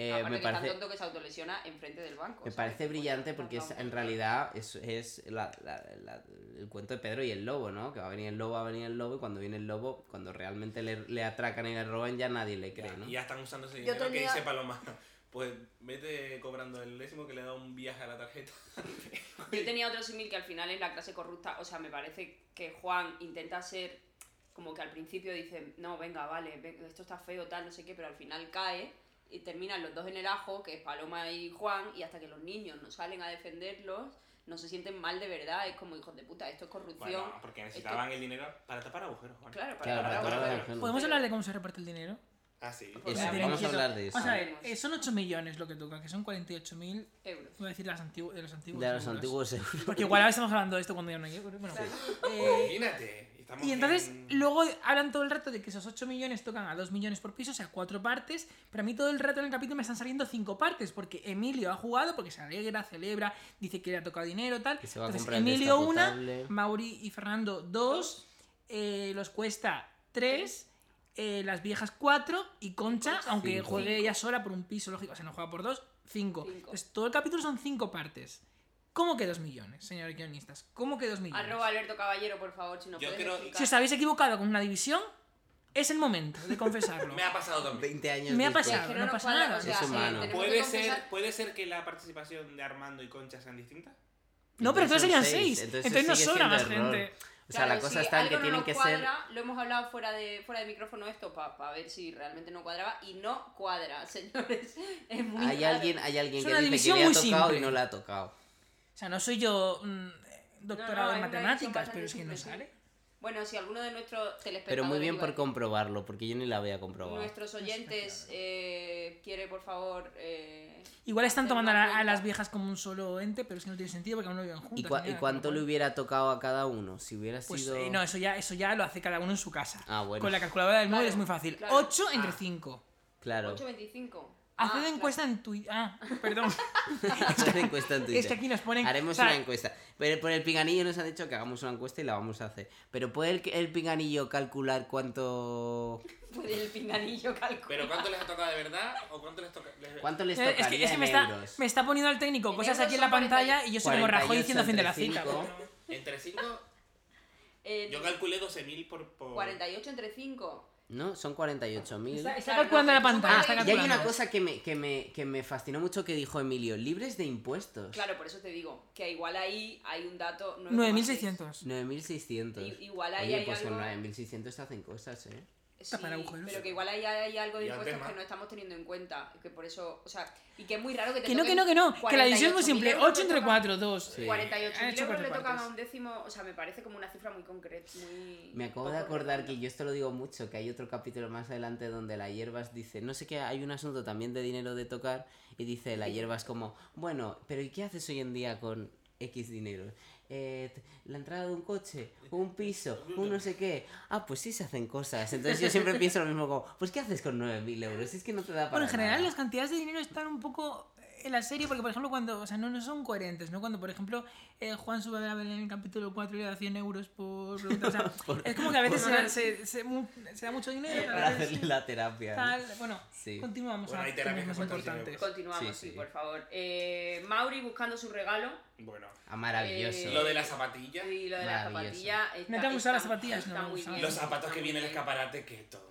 C: Eh,
A: Aparte
C: me
A: que es tan
C: parece...
A: tonto que se autolesiona enfrente del banco.
C: Me
A: ¿sabes?
C: parece
A: Pues,
C: brillante
A: tan
C: porque es-
A: tonto.
C: en realidad es, es la- la- la- el cuento de Pedro y el lobo, ¿no? Que va a venir el lobo, va a venir el lobo y cuando viene el lobo, cuando realmente le, le atracan y le roban ya nadie le cree, ¿no?
E: Y (laughs) ya están usando ese
A: Yo
E: dinero que
A: tenía-
E: dice Paloma. (laughs) Pues vete cobrando el décimo que le da un viaje a la
A: (laughs)
E: tarjeta.
A: Yo tenía otro símil que al final es la clase corrupta. O sea, me parece que Juan intenta ser como que al principio dice, no, venga, vale, ve- esto está feo, tal, no sé qué, pero al final cae y terminan los dos en el ajo, que es Paloma y Juan, y hasta que los niños no salen a defenderlos, no se sienten mal de verdad. Es como, hijos de puta, esto es corrupción.
E: Bueno, porque necesitaban el dinero para tapar agujeros. Juan.
A: Claro, para para-
C: Claro, para
A: para-
C: tapar
A: para-
C: agujeros.
D: ¿Podemos hablar de cómo se reparte el dinero?
E: Ah, sí.
C: Eso,
D: Porque
C: vamos a
D: tienen-
C: hablar de eso.
D: Vamos a ver,
A: Hablemos.
D: eh, son 8 millones lo que toca, que son 48.000,
A: euros.
D: voy a decir las antigu- de los antiguos.
C: De los
D: euros.
C: (laughs) antiguos euros.
D: Porque igual ahora estamos hablando de esto cuando ya no hay euros. Bueno, eh,
E: Imagínate. estamos
D: y entonces
E: en-
D: luego hablan todo el rato de que esos 8 millones tocan a 2 millones por piso, o sea, 4 partes. Pero a mí todo el rato en el capítulo me están saliendo 5 partes, porque Emilio ha jugado, porque se alegra, celebra, dice que le ha tocado dinero, tal.
C: Que se va a
D: entonces,
C: comprar el
D: Emilio una,
C: descapotable.
D: Mauri y Fernando dos, eh, los cuesta tres, eh, las viejas cuatro y Concha,
A: Concha,
D: aunque
C: cinco.
D: juegue ella sola por un piso, lógico, o sea, no juega por dos, cinco.
A: Cinco.
D: Entonces, todo el capítulo son cinco partes. ¿Cómo que dos millones, señores guionistas? ¿Cómo que dos millones?
A: Arroba Alberto Caballero, por favor, si nos
E: Yo
A: puedes
E: creo-
A: explicar.
D: Si os habéis equivocado con una división, es el momento de confesarlo.
E: (laughs) Me ha pasado también.
C: 20 años
D: Me ha
C: después.
A: Es
D: pasado.
A: que
D: no
A: nos
D: pasa
A: cuadra,
D: nada.
A: o sea,
C: Es
A: sí,
C: humano.
A: tenemos que
E: ¿Puede ser,
A: confesar-
E: ¿Puede ser que la participación de Armando y Concha sean distintas?
D: No, pero entonces serían
C: son
D: seis.
C: entonces
D: Entonces, nos
C: sigue
D: sobra más
C: siendo error.
D: gente.
C: O sea, la
A: Claro,
C: cosa
A: si
C: está en
A: algo
C: que
A: no
C: tienen
A: nos
C: que ser...
A: cuadra, Lo hemos hablado fuera de, fuera de micrófono esto para ver si realmente no cuadraba y no cuadra, (laughs) señores. Es muy
C: Hay
A: raro.
C: alguien, hay alguien
D: Es
C: que
D: una
C: dice que
D: división
C: le ha
D: muy
C: tocado y
D: simple.
C: no la ha tocado.
D: O sea, no soy yo mm,
A: No, no,
D: doctorado
A: hay una
D: en
A: división
D: matemáticas,
A: bastante
D: pero es que
A: simple,
D: no
A: sí.
D: sale.
A: Bueno, si alguno de nuestros telespectadores
C: Pero muy bien
A: iba a
C: por comprobarlo, porque yo ni la había
A: decir,
C: comprobado.
A: nuestros oyentes eh, quiere por favor eh,
D: Igual están
A: hacer
D: tomando a,
A: una
D: la- a
A: cuenta.
D: las viejas como un solo ente, pero es que no tiene sentido porque aún no viven juntas.
C: ¿Y, cua-
D: ni
C: ¿Y
D: nada,
C: cuánto
D: con lo
C: le
D: cual-
C: hubiera tocado a cada uno? Si hubiera
D: Pues
C: sido...
D: eh, no, eso ya, eso ya lo hace cada uno en su casa.
C: Ah, bueno. Ah.
D: Con la calculadora del móvil
A: Claro,
D: es muy fácil.
A: claro.
D: 8 entre 5.
C: Claro. (laughs)
A: 8.25.
D: Haced
A: Ah,
D: encuesta en Twitter. Ah, perdón.
C: Haced una encuesta en
D: es que
C: Twitter.
D: aquí nos ponen.
C: Haremos
D: o sea,
C: una encuesta. Pero por el pinganillo nos han dicho que hagamos una encuesta y la vamos a hacer. Pero ¿puede el, el pinganillo calcular cuánto...
A: claro, (laughs) Puede el pinganillo calcular.
E: ¿Pero cuánto les ha tocado de verdad o cuánto les toca? les-
C: ¿Cuánto les
D: eh,
C: tocaría
D: Es que, es que
C: en
D: me, está,
C: euros?
D: me está poniendo al técnico
A: En
D: cosas
A: euros
D: aquí en la
A: son cuarenta y-
D: pantalla y yo soy como Rajoy
C: 48
D: diciendo fin de la
C: entre
D: cita.
C: cinco.
D: pero-
A: (laughs)
E: Entre 5,
A: Eh,
E: yo calculé 12.000 por, por...
A: 48 entre 5.
C: No, son 48.000.
D: Está, está
A: Claro,
D: calculando la
A: porque son
D: pantalla.
A: cuarenta
D: Ah, está
A: y-
C: Y hay
D: calculando.
C: una cosa que me, que, me, que me fascinó mucho que dijo Emilio, libres de impuestos.
A: Claro, por eso te digo que igual ahí hay un dato
D: 9600.
C: 9.600.
A: I- igual ahí
C: Oye,
A: hay
C: pues
A: algo-
C: con 9.600 se hacen cosas, ¿eh?
A: Sí,
D: Tapar agujeros.
A: pero que igual hay, hay algo de
E: Y
A: impuestos
E: antes
A: que
E: más.
A: no estamos teniendo en cuenta. Que por eso, o sea, y que es muy raro que te
D: Que no, que
A: toquen
D: no, que no. Que la división es
A: 48.000
D: muy simple.
A: euros
D: 8
A: te
D: entre
A: tocan-
D: 4, 2.
A: 48.000
C: Sí.
A: euros le
D: cuatro
A: tocan a
D: partes.
A: un décimo, o sea, me parece como una cifra muy concreta. Muy...
C: Me acabo de
A: poco
C: acordar
A: redonda.
C: que yo esto lo digo mucho, que hay otro capítulo más adelante donde la hierbas dice, no sé qué, hay un asunto también de dinero de tocar y dice la hierbas como, bueno, pero ¿y qué haces hoy en día con X dinero? Eh, t- la entrada de un coche, un
D: (laughs)
C: piso, un no sé qué. Ah, pues sí se hacen cosas. Entonces yo siempre pienso lo mismo como, pues ¿qué haces con 9.000 euros? Es que no te da para
D: Bueno, en general
C: nada".
D: las cantidades de dinero están un poco eh, en la serie, porque por ejemplo, cuando. O sea, no, no son coherentes, ¿no? Cuando, por ejemplo, eh, Juan sube a ver en el capítulo 4 y le da 100 euros por pregunta.
C: (laughs)
D: O sea, es como que a veces se, se- se mu- se da mucho dinero.
C: Para
D: a veces
C: hacerle la terapia. ¿no?
D: (laughs) tal. Bueno,
C: Sí.
D: continuamos
E: Bueno,
D: a
E: hay terapias
D: temas
E: que
D: más
E: cuestan 100
D: importantes.
A: Continuamos,
C: Sí,
A: sí,
C: sí.
A: por favor. Eh, Mauri buscando su regalo.
E: Bueno.
C: Ah, maravilloso.
A: Eh,
E: Lo de las zapatillas.
A: Y lo de las
C: Maravilloso.
A: zapatillas. está-
D: Me te han gustado
A: está-
D: las zapatillas,
A: está
D: ¿no?
A: muy bien,
E: Los zapatos
A: está
E: que
A: muy
E: viene el
A: bien.
E: escaparate, qué tonto.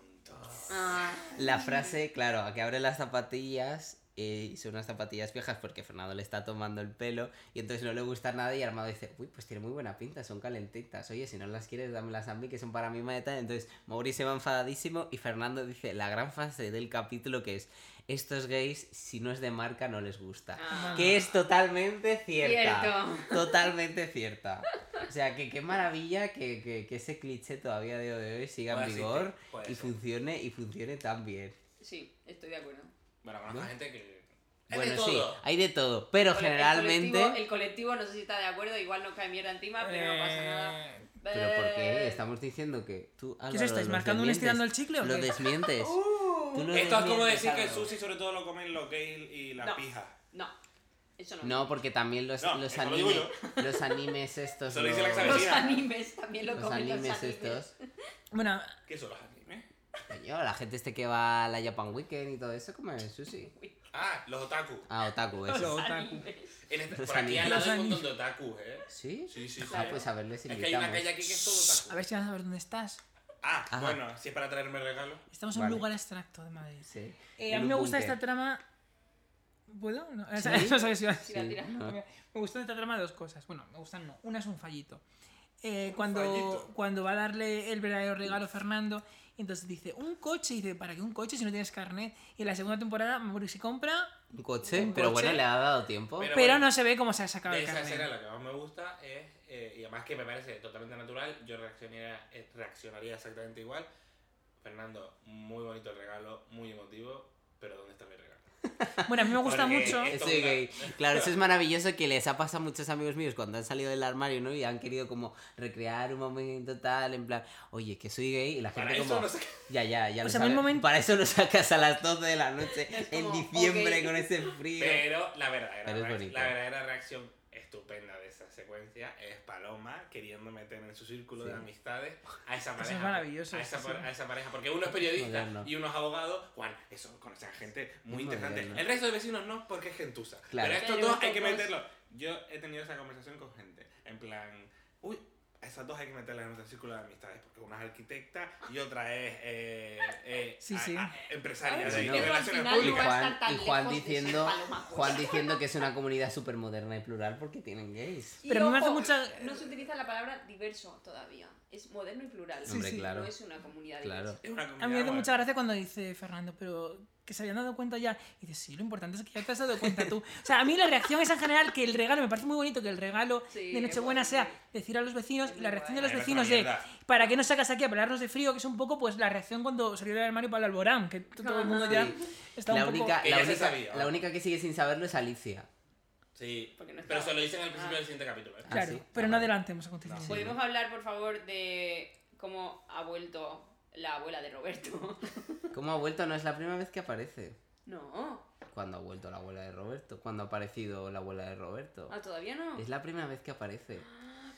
A: Ah,
C: La frase, claro, a que abre las zapatillas eh, y son unas zapatillas viejas porque Fernando le está tomando el pelo y entonces no le gusta nada y Armado dice, uy, pues tiene muy buena pinta, son calentitas, oye, si no las quieres, dámelas a mí que son para mi maleta. Entonces Mauri se va enfadadísimo y Fernando dice la gran frase del capítulo que es, estos gays, si no es de marca, no les gusta.
A: ah.
C: Que es totalmente cierta.
A: Cierto.
C: Totalmente cierta. O sea, que qué maravilla que, que- que ese cliché todavía a día de hoy siga en
E: Puede existir,
C: vigor
E: puede
C: y
E: ser.
C: funcione y funcione tan bien.
A: Sí, estoy de acuerdo.
E: Bueno, conozco
C: Bueno.
E: gente que. Es de
C: Bueno, sí,
E: todo.
C: hay de todo, pero
A: Cole- El
C: generalmente...
A: colectivo, el colectivo no sé si está de acuerdo, igual nos cae mierda encima, pero no pasa nada.
D: Eh,
C: Pero ¿por qué?
A: Eh,
C: Estamos diciendo que tú... Álvaro,
D: ¿Qué es esto? ¿Estáis
C: los
D: marcando un
C: desmientes.
D: estirando el chicle o
C: Lo
D: qué?
C: desmientes.
A: (laughs) Uh.
C: Tú lo
E: Esto es como
C: desmientes,
E: decir que el
C: Álvaro.
E: sushi sobre todo lo comen los gays y las
A: No.
E: pijas.
A: No, eso no.
C: No, porque también los,
E: No,
C: los
E: eso lo digo
C: animes... Los animes estos...
E: Eso lo dice la
C: los-
E: examen.
A: Los
E: Parecía-
A: animes también lo
C: Los
A: comen
C: animes,
A: los animes.
C: estos...
D: Bueno,
E: ¿Qué son los animes?
C: Coño, la gente este que va a la Japan Weekend y todo eso come sushi.
E: Ah, los otaku.
C: Ah, otaku, eso.
D: Los
A: Los
D: otaku. (laughs)
A: animes.
E: En este-
C: Los
E: por aquí al lado
D: animes.
E: hay un montón de otaku, ¿eh?
C: ¿Sí?
E: Sí, sí, sí.
C: Ah, pues a ver, les
E: es que hay una
C: invitamos.
E: calle aquí que es todo
D: a
E: otaku.
D: ver si vas a ver dónde estás.
E: Ah,
C: Ajá.
E: bueno, si es para traerme regalo.
D: Estamos en
C: Vale.
D: un lugar abstracto de Madrid.
C: Sí.
D: Eh, a
C: En
D: mí
C: un
D: me gusta
C: búnker.
D: esta trama. ¿Puedo? (laughs) No,
C: Sí.
D: no sabes si iba a decir.
A: Tira, tira.
C: no.
D: Me gustan esta trama dos cosas. Bueno, me gustan no. Una es un fallito. Eh, cuando,
E: fallito.
D: cuando va a darle el verdadero regalo a Fernando, y entonces dice, un coche, y dice, ¿para qué un coche si no tienes carnet? Y en la segunda temporada, Mauri se compra,
C: Un coche,
D: Un
C: pero bueno,
D: coche.
C: le ha dado tiempo.
E: Pero
D: pero,
E: bueno,
D: no se ve cómo se ha sacado
E: De
D: el
E: esa escena
D: carnet.
E: lo que más me gusta es, eh, y además que me parece totalmente natural, yo reaccionaría, eh, reaccionaría exactamente igual. Fernando, muy bonito el regalo, muy emotivo, pero ¿dónde está mi regalo?
D: Bueno, a mí me gusta
E: Porque
D: mucho.
E: es-
C: Eso, que- Claro, eso es maravilloso que les ha pasado a muchos amigos míos cuando han salido del armario, ¿no? Y han querido como recrear un momento tal, en plan, oye, que soy gay, y la
E: Para
C: gente
E: eso
C: como...
E: no sé qué-
C: Ya, ya, ya
D: O
C: lo
D: sea, en un
C: sabes.
D: momento-
C: Para eso lo sacas a las 12 de la noche,
A: Es
C: en
A: como,
C: diciembre,
A: ok.
C: con ese frío.
E: Pero la verdadera,
C: Pero es
E: reac-
C: bonito.
E: la verdadera reacción estupenda de esa secuencia es Paloma queriendo meter en su círculo de
C: Sí.
E: amistades a esa
D: Eso es
E: pareja.
D: maravilloso,
E: A esa,
D: sí.
E: par- a esa pareja, porque uno es periodista
C: Moderno.
E: y uno es abogado. Juan, eso, conocen a gente muy
C: Es
E: interesante.
C: moderno.
E: El resto de vecinos no, porque es gentuza.
C: Claro.
E: Pero estos
A: Pero
E: dos hay que
A: estos dos-
E: meterlo. Yo he tenido esa conversación con gente, en plan, uy. a Esas dos hay que meterlas en nuestro círculo de amistades, porque una es arquitecta y otra es eh, eh,
D: Sí,
E: a-
D: sí.
E: a- empresaria
C: Ay,
E: de
C: no.
E: de
C: Pero
A: al final
E: relaciones
A: no
C: Y
A: va a
E: públicas.
C: Juan,
A: estar tan
C: y Juan
A: lejos de ser
C: diciendo,
A: paloma, pues.
C: Juan diciendo que es una comunidad súper moderna y plural porque tienen gays.
A: Y
D: Pero a mí me hace
A: ojo,
D: mucha-
A: No se utiliza la palabra diverso todavía. Es moderno y plural.
D: Sí, Hombre, sí.
C: claro.
A: No es una comunidad
C: Claro.
A: diversa.
E: Es una
D: A mí me hace
E: comunidad,
D: mucha
E: bueno.
D: gracia cuando dice Fernando, pero que se habían dado cuenta ya. Y dice, sí, lo importante es que ya te has dado cuenta tú. O sea, a mí la reacción es en general que el regalo, me parece muy bonito que el regalo
A: Sí,
D: de Nochebuena
A: es
D: sea
A: guay.
D: decir a los vecinos y la reacción de
A: Es
D: los
E: guay.
D: vecinos
E: Es
D: de,
E: una
D: ¿para qué nos sacas aquí a pelarnos de frío? Que es un poco pues la reacción cuando salió del armario Pablo Alborán, que t- todo el mundo ya
C: (laughs) Sí.
D: está
C: La
D: un poco...
C: única,
E: Que
C: la,
E: ya se
C: única,
E: sabía.
C: la única que sigue sin saberlo es Alicia.
E: Sí,
A: Porque no
E: pero
A: estaba.
E: se lo dicen al principio
A: Ah.
E: del siguiente capítulo. ¿eh?
C: Ah,
D: Claro,
C: sí.
D: pero
C: Ah,
D: no
C: vale.
D: adelantemos acontecimientos.
A: Podemos hablar, por favor, de cómo ha vuelto la abuela de Roberto. (laughs)
C: ¿Cómo ha vuelto? No es la primera vez que aparece.
A: no.
C: Cuando ha vuelto la abuela de Roberto. Cuando ha aparecido la abuela de Roberto.
A: Ah, todavía no.
C: Es la primera vez que aparece.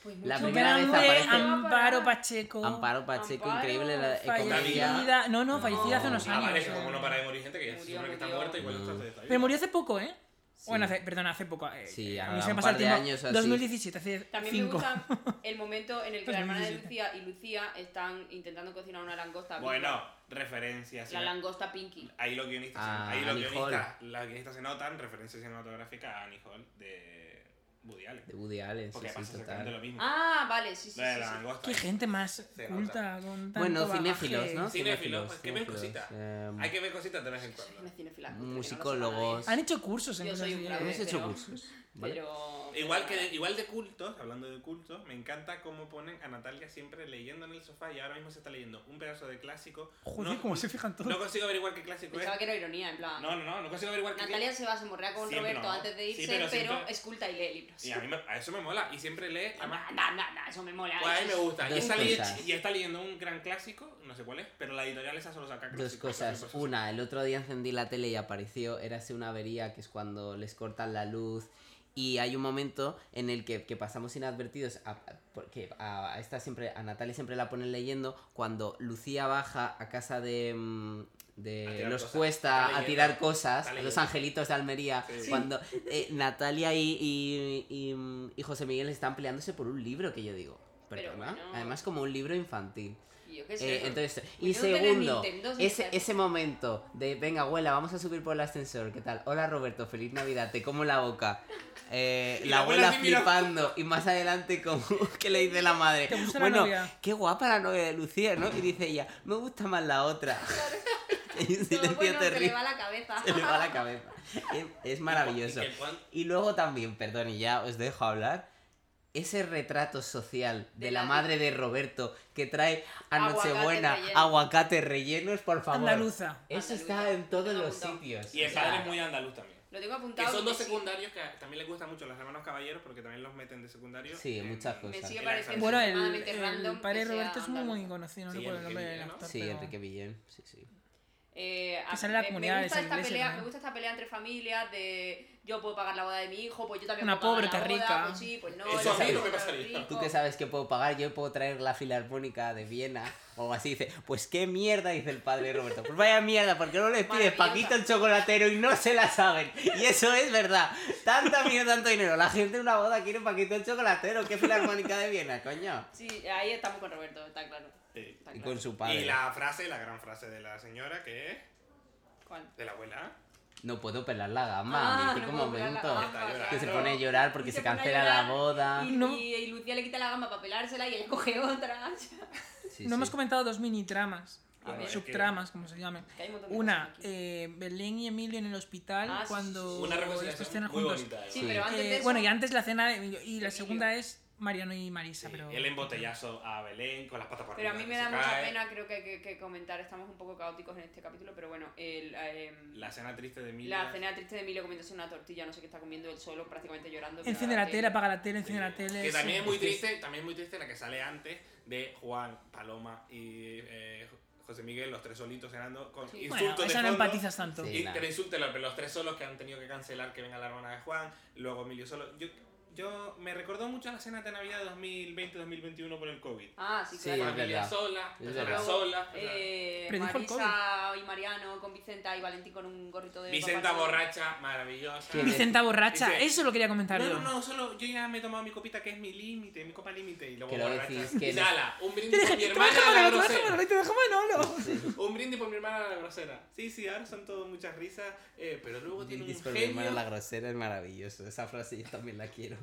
A: Pues
C: la
A: mucho
C: primera vez
A: grande.
D: Grande
C: aparece-
D: Amparo Pacheco.
C: Amparo Pacheco,
A: Amparo,
C: increíble la eh, como ella-
D: Fallecida, no, no,
C: No.
D: fallecida hace unos
E: Ah,
D: años. o
E: vale, que
D: sea.
E: como no para de morir gente que ya se
A: pues Murió,
E: supone que está
A: murió.
E: muerta, igual
C: No.
E: está está- está
D: Pero
E: viva.
D: murió hace poco, ¿eh?
C: Sí.
D: Bueno, hace, perdón, hace poco. eh,
C: Sí,
D: a
C: ahora
D: mí se me
C: un
D: pasa el
C: par de
D: tiempo.
C: años o así.
D: 2017, hace
A: También me
D: cinco. (laughs)
A: gusta el momento en el que la hermana de Lucía
D: 2017.
A: y Lucía están intentando cocinar una langosta. viva.
E: Bueno, referencias.
A: la
E: cine-
A: langosta Pinky.
E: Ahí los guionistas,
C: eh. Ah,
E: ahí los
C: Annie
E: guionistas, las guionistas se notan referencias cinematográficas a Annie Hall de Woody Allen.
C: de Woody Allen, sí,
E: Porque
C: sí,
E: pasa exactamente
C: total.
E: lo mismo.
A: Ah, vale, sí, sí.
E: Lo de
A: sí,
E: la
A: sí.
E: langosta.
D: Qué gente más
E: Se nota.
D: culta con tanto
C: Bueno,
D: bagaje.
C: cinéfilos, ¿no?
E: Cinéfilos, pues, que ven
C: cinéfilos.
E: cositas.
C: Eh,
E: Hay que ver cositas de vez en
A: Soy una
E: cuando.
A: cinefila, que no lo
C: Musicólogos.
A: sabe.
D: Han hecho cursos en
A: Yo
D: cosas
A: soy un
D: así.
A: clave.
C: Hemos hecho
A: pero-
C: cursos. ¿vale?
A: Pero.
E: Igual que de, igual de cultos, hablando de cultos, me encanta cómo ponen a Natalia siempre leyendo en el sofá y ahora mismo se está leyendo un pedazo de clásico.
D: Joder,
E: no,
D: cómo se fijan todos.
E: no consigo averiguar qué clásico es.
A: Pensaba que era ironía, en plan.
E: No, no, no, no consigo averiguar qué
A: Natalia se va a semorrear con
E: Siempre
A: Roberto
E: no.
A: antes de
E: Sí,
A: irse,
E: pero
A: pero,
E: siempre-
A: esculta y lee libros.
E: Y a mí me- a eso me mola. Y siempre lee.
A: No,
E: además-
A: no, no, no, eso me mola.
E: Pues a mí me gusta. Y
C: Dos
E: está, leyendo,
C: cosas.
E: y está leyendo un gran clásico, no sé cuál es, pero la editorial esa solo saca
C: Dos
E: clásicos.
C: cosas.
E: clásicos,
C: Una, el otro día encendí la tele y apareció, érase una avería, que es cuando les cortan la luz. Y hay un momento en el que, que pasamos inadvertidos, a- a- porque a, a esta siempre, a Natalia siempre la ponen leyendo, cuando Lucía baja a casa de, mm, de
E: A tirar
C: los
E: cosas.
C: Cuesta
E: Está
C: a tirar
E: leyendo.
C: cosas,
E: Está
C: los
E: leyendo.
C: angelitos de Almería,
E: Sí. Sí.
C: cuando eh, Natalia y, y- y, mm, y José Miguel están peleándose por un libro que yo digo,
A: Pero
C: perdona,
A: bueno.
C: además como un libro infantil.
A: Y yo qué sé.
C: Eh, entonces,
A: Me
C: y
A: tengo que tener
C: segundo,
A: Nintendo, sí,
C: ese,
A: claro.
C: ese momento de, venga, abuela, vamos a subir por el ascensor, ¿qué tal? Hola Roberto, feliz Navidad, te como la boca. Eh,
E: Y
C: la
E: la
C: abuela,
E: abuela así mirando.
C: flipando y más adelante como (laughs) que le dice la madre,
D: ¿Te gusta la
C: bueno,
D: novia?
C: qué guapa la novia de Lucía, ¿no? Y dice ella, me gusta más la otra. (laughs) Y un silencio
A: (laughs) Todo, bueno, se
C: terrible.
A: le va la cabeza.
C: (laughs) Se le va la cabeza. Es, es
E: Y
C: maravilloso.
E: que el Juan-
C: Y luego también, perdón, y ya os dejo hablar, ese retrato social de,
A: De
C: la
A: la-
C: madre de Roberto que trae a
A: Aguacate
C: Nochebuena
A: relleno.
C: aguacates rellenos, por favor.
D: Andaluza.
C: Eso
A: Andaluza.
C: está en todos
A: Tengo
C: los
A: apuntado.
C: sitios.
E: Y el
C: o sea,
E: padre es muy andaluz también.
A: Lo tengo
E: Que
A: apuntado.
E: son dos
A: porque sí.
E: secundarios que también les gustan mucho los hermanos caballeros porque también los meten de secundarios.
C: Sí,
E: en-
C: muchas
E: en-
C: cosas.
A: Me sigue
E: Era
A: pareciendo
D: Bueno, el,
A: extremadamente
D: el
A: random. que
D: padre
A: sea
D: Roberto es muy,
A: andaluz.
D: conocido, no
E: Sí,
D: recuerdo el nombre
E: Enrique
D: del
E: Villena, ¿no?
D: actor.
C: Sí,
D: pero-
C: Enrique Villén, sí, sí.
A: Eh, a-
D: Que sale la
A: me-
D: comunidad
A: me gusta,
D: esa
A: esta
D: iglesia
A: pelea,
D: también.
A: me gusta esta pelea entre familias de yo puedo pagar la boda de mi hijo, pues yo también
D: Una
A: puedo pagar
D: pobre
A: la
D: que
A: boda,
D: rica.
A: pues sí, pues no.
E: Eso
A: yo
C: a mí
A: soy
C: no
E: me
A: súper
E: pasaría.
A: rico.
C: Tú que sabes que puedo pagar, yo puedo traer la filarmónica de Viena o algo así. Dice, pues qué mierda, dice el padre Roberto. Pues vaya mierda, porque no les pides
A: Maravillosa.
C: Paquito el chocolatero y no se la saben. Y eso es verdad. Tanta mierda, tanto dinero. La gente en una boda quiere Paquito el chocolatero. ¿Qué filarmónica de Viena, coño?
A: Sí, ahí estamos con Roberto, está claro.
E: Sí.
A: Está
C: Y
A: claro.
C: con su padre.
E: eh, Y la frase, la gran frase de la señora que es
A: ¿Cuál?
E: de la abuela.
C: No puedo pelar la gama,
A: Ah,
C: en
A: no
C: qué
A: puedo pelar la
C: momento.
A: gamba,
E: Que
C: Que se
A: claro.
C: pone a llorar porque
A: Y
C: se,
A: pone a
C: cancela
A: llorar,
C: la boda.
A: Y,
D: No.
A: y- y Lucía le quita la gamba para pelársela y ella (laughs) coge otra.
C: Sí,
D: No
C: sí.
D: hemos comentado dos mini tramas,
A: A ver.
D: subtramas, como se llamen.
A: Que hay un montón de
D: Una,
A: cosas aquí.
D: eh, Belén y Emilio en el hospital
A: Ah, sí, sí,
D: cuando
A: sí.
E: Una
D: estos
E: reconciliación
D: cenan
E: muy
D: juntos.
E: bonita. ¿eh?
A: Sí,
C: Sí.
A: pero antes de
D: Eh,
A: eso.
D: bueno, y antes la cena de Emilio, y la
A: Emilio.
D: segunda es Mariano y Marisa,
E: Sí,
D: pero
E: El embotellazo a Belén con las patas para
A: Pero a
E: arriba.
A: mí me
E: que
A: da
E: se
A: mucha
E: cae.
A: pena, creo que, que, que comentar, estamos un poco caóticos en este capítulo, pero bueno, el, em,
E: La cena triste de Emilia.
A: la cena triste de Emilio comiéndose una tortilla, no sé qué está comiendo él solo, prácticamente llorando.
D: enciende la tele, apaga la tele, enciende la
E: Sí.
D: tele.
E: Que también
D: sí.
E: es muy triste, también es muy triste la que sale antes de Juan, Paloma y eh, José Miguel, los tres solitos cenando con
A: Sí.
E: insultos
D: Bueno,
E: de
D: esa no
E: fondo.
D: empatizas tanto.
C: Sí.
E: Y
C: nada.
E: que le insulten los, los tres solos que han tenido que cancelar que venga la hermana de Juan, luego Emilio solo. Yo, yo me recordó mucho a la cena de Navidad 2020-2021 por el COVID.
A: Ah, sí,
C: Sí,
A: claro.
C: es verdad.
E: Familia sola,
C: Es
E: personas
C: verdad.
E: solas.
A: Eh,
D: Predijo el
A: Marisa y Mariano con Vicenta y Valentín con un gorrito de.
E: Vicenta
A: Papá Noel.
E: borracha, maravillosa.
C: ¿Quién es?
D: Vicenta borracha,
E: Dice-
D: eso lo quería
E: No,
D: comentar yo.
E: no, no, solo yo ya me he tomado mi copita que es mi límite, mi copa límite. Y luego
C: Que lo
E: borracha.
C: decís, que este-
E: Y
C: no-
E: ala, un
D: Te
E: brindis
D: dije,
E: por mi
D: te
E: hermana,
D: dejo
E: la
D: Manolo, te dejo
E: grosera.
D: Manolo, te dejo Manolo.
E: Un brindis por mi hermana la grosera. Sí, sí, ahora son todo muchas risas, eh, pero luego tiene un
C: Brindis por mi hermana la
E: genio.
C: grosera es maravilloso. Esa frase yo también la quiero.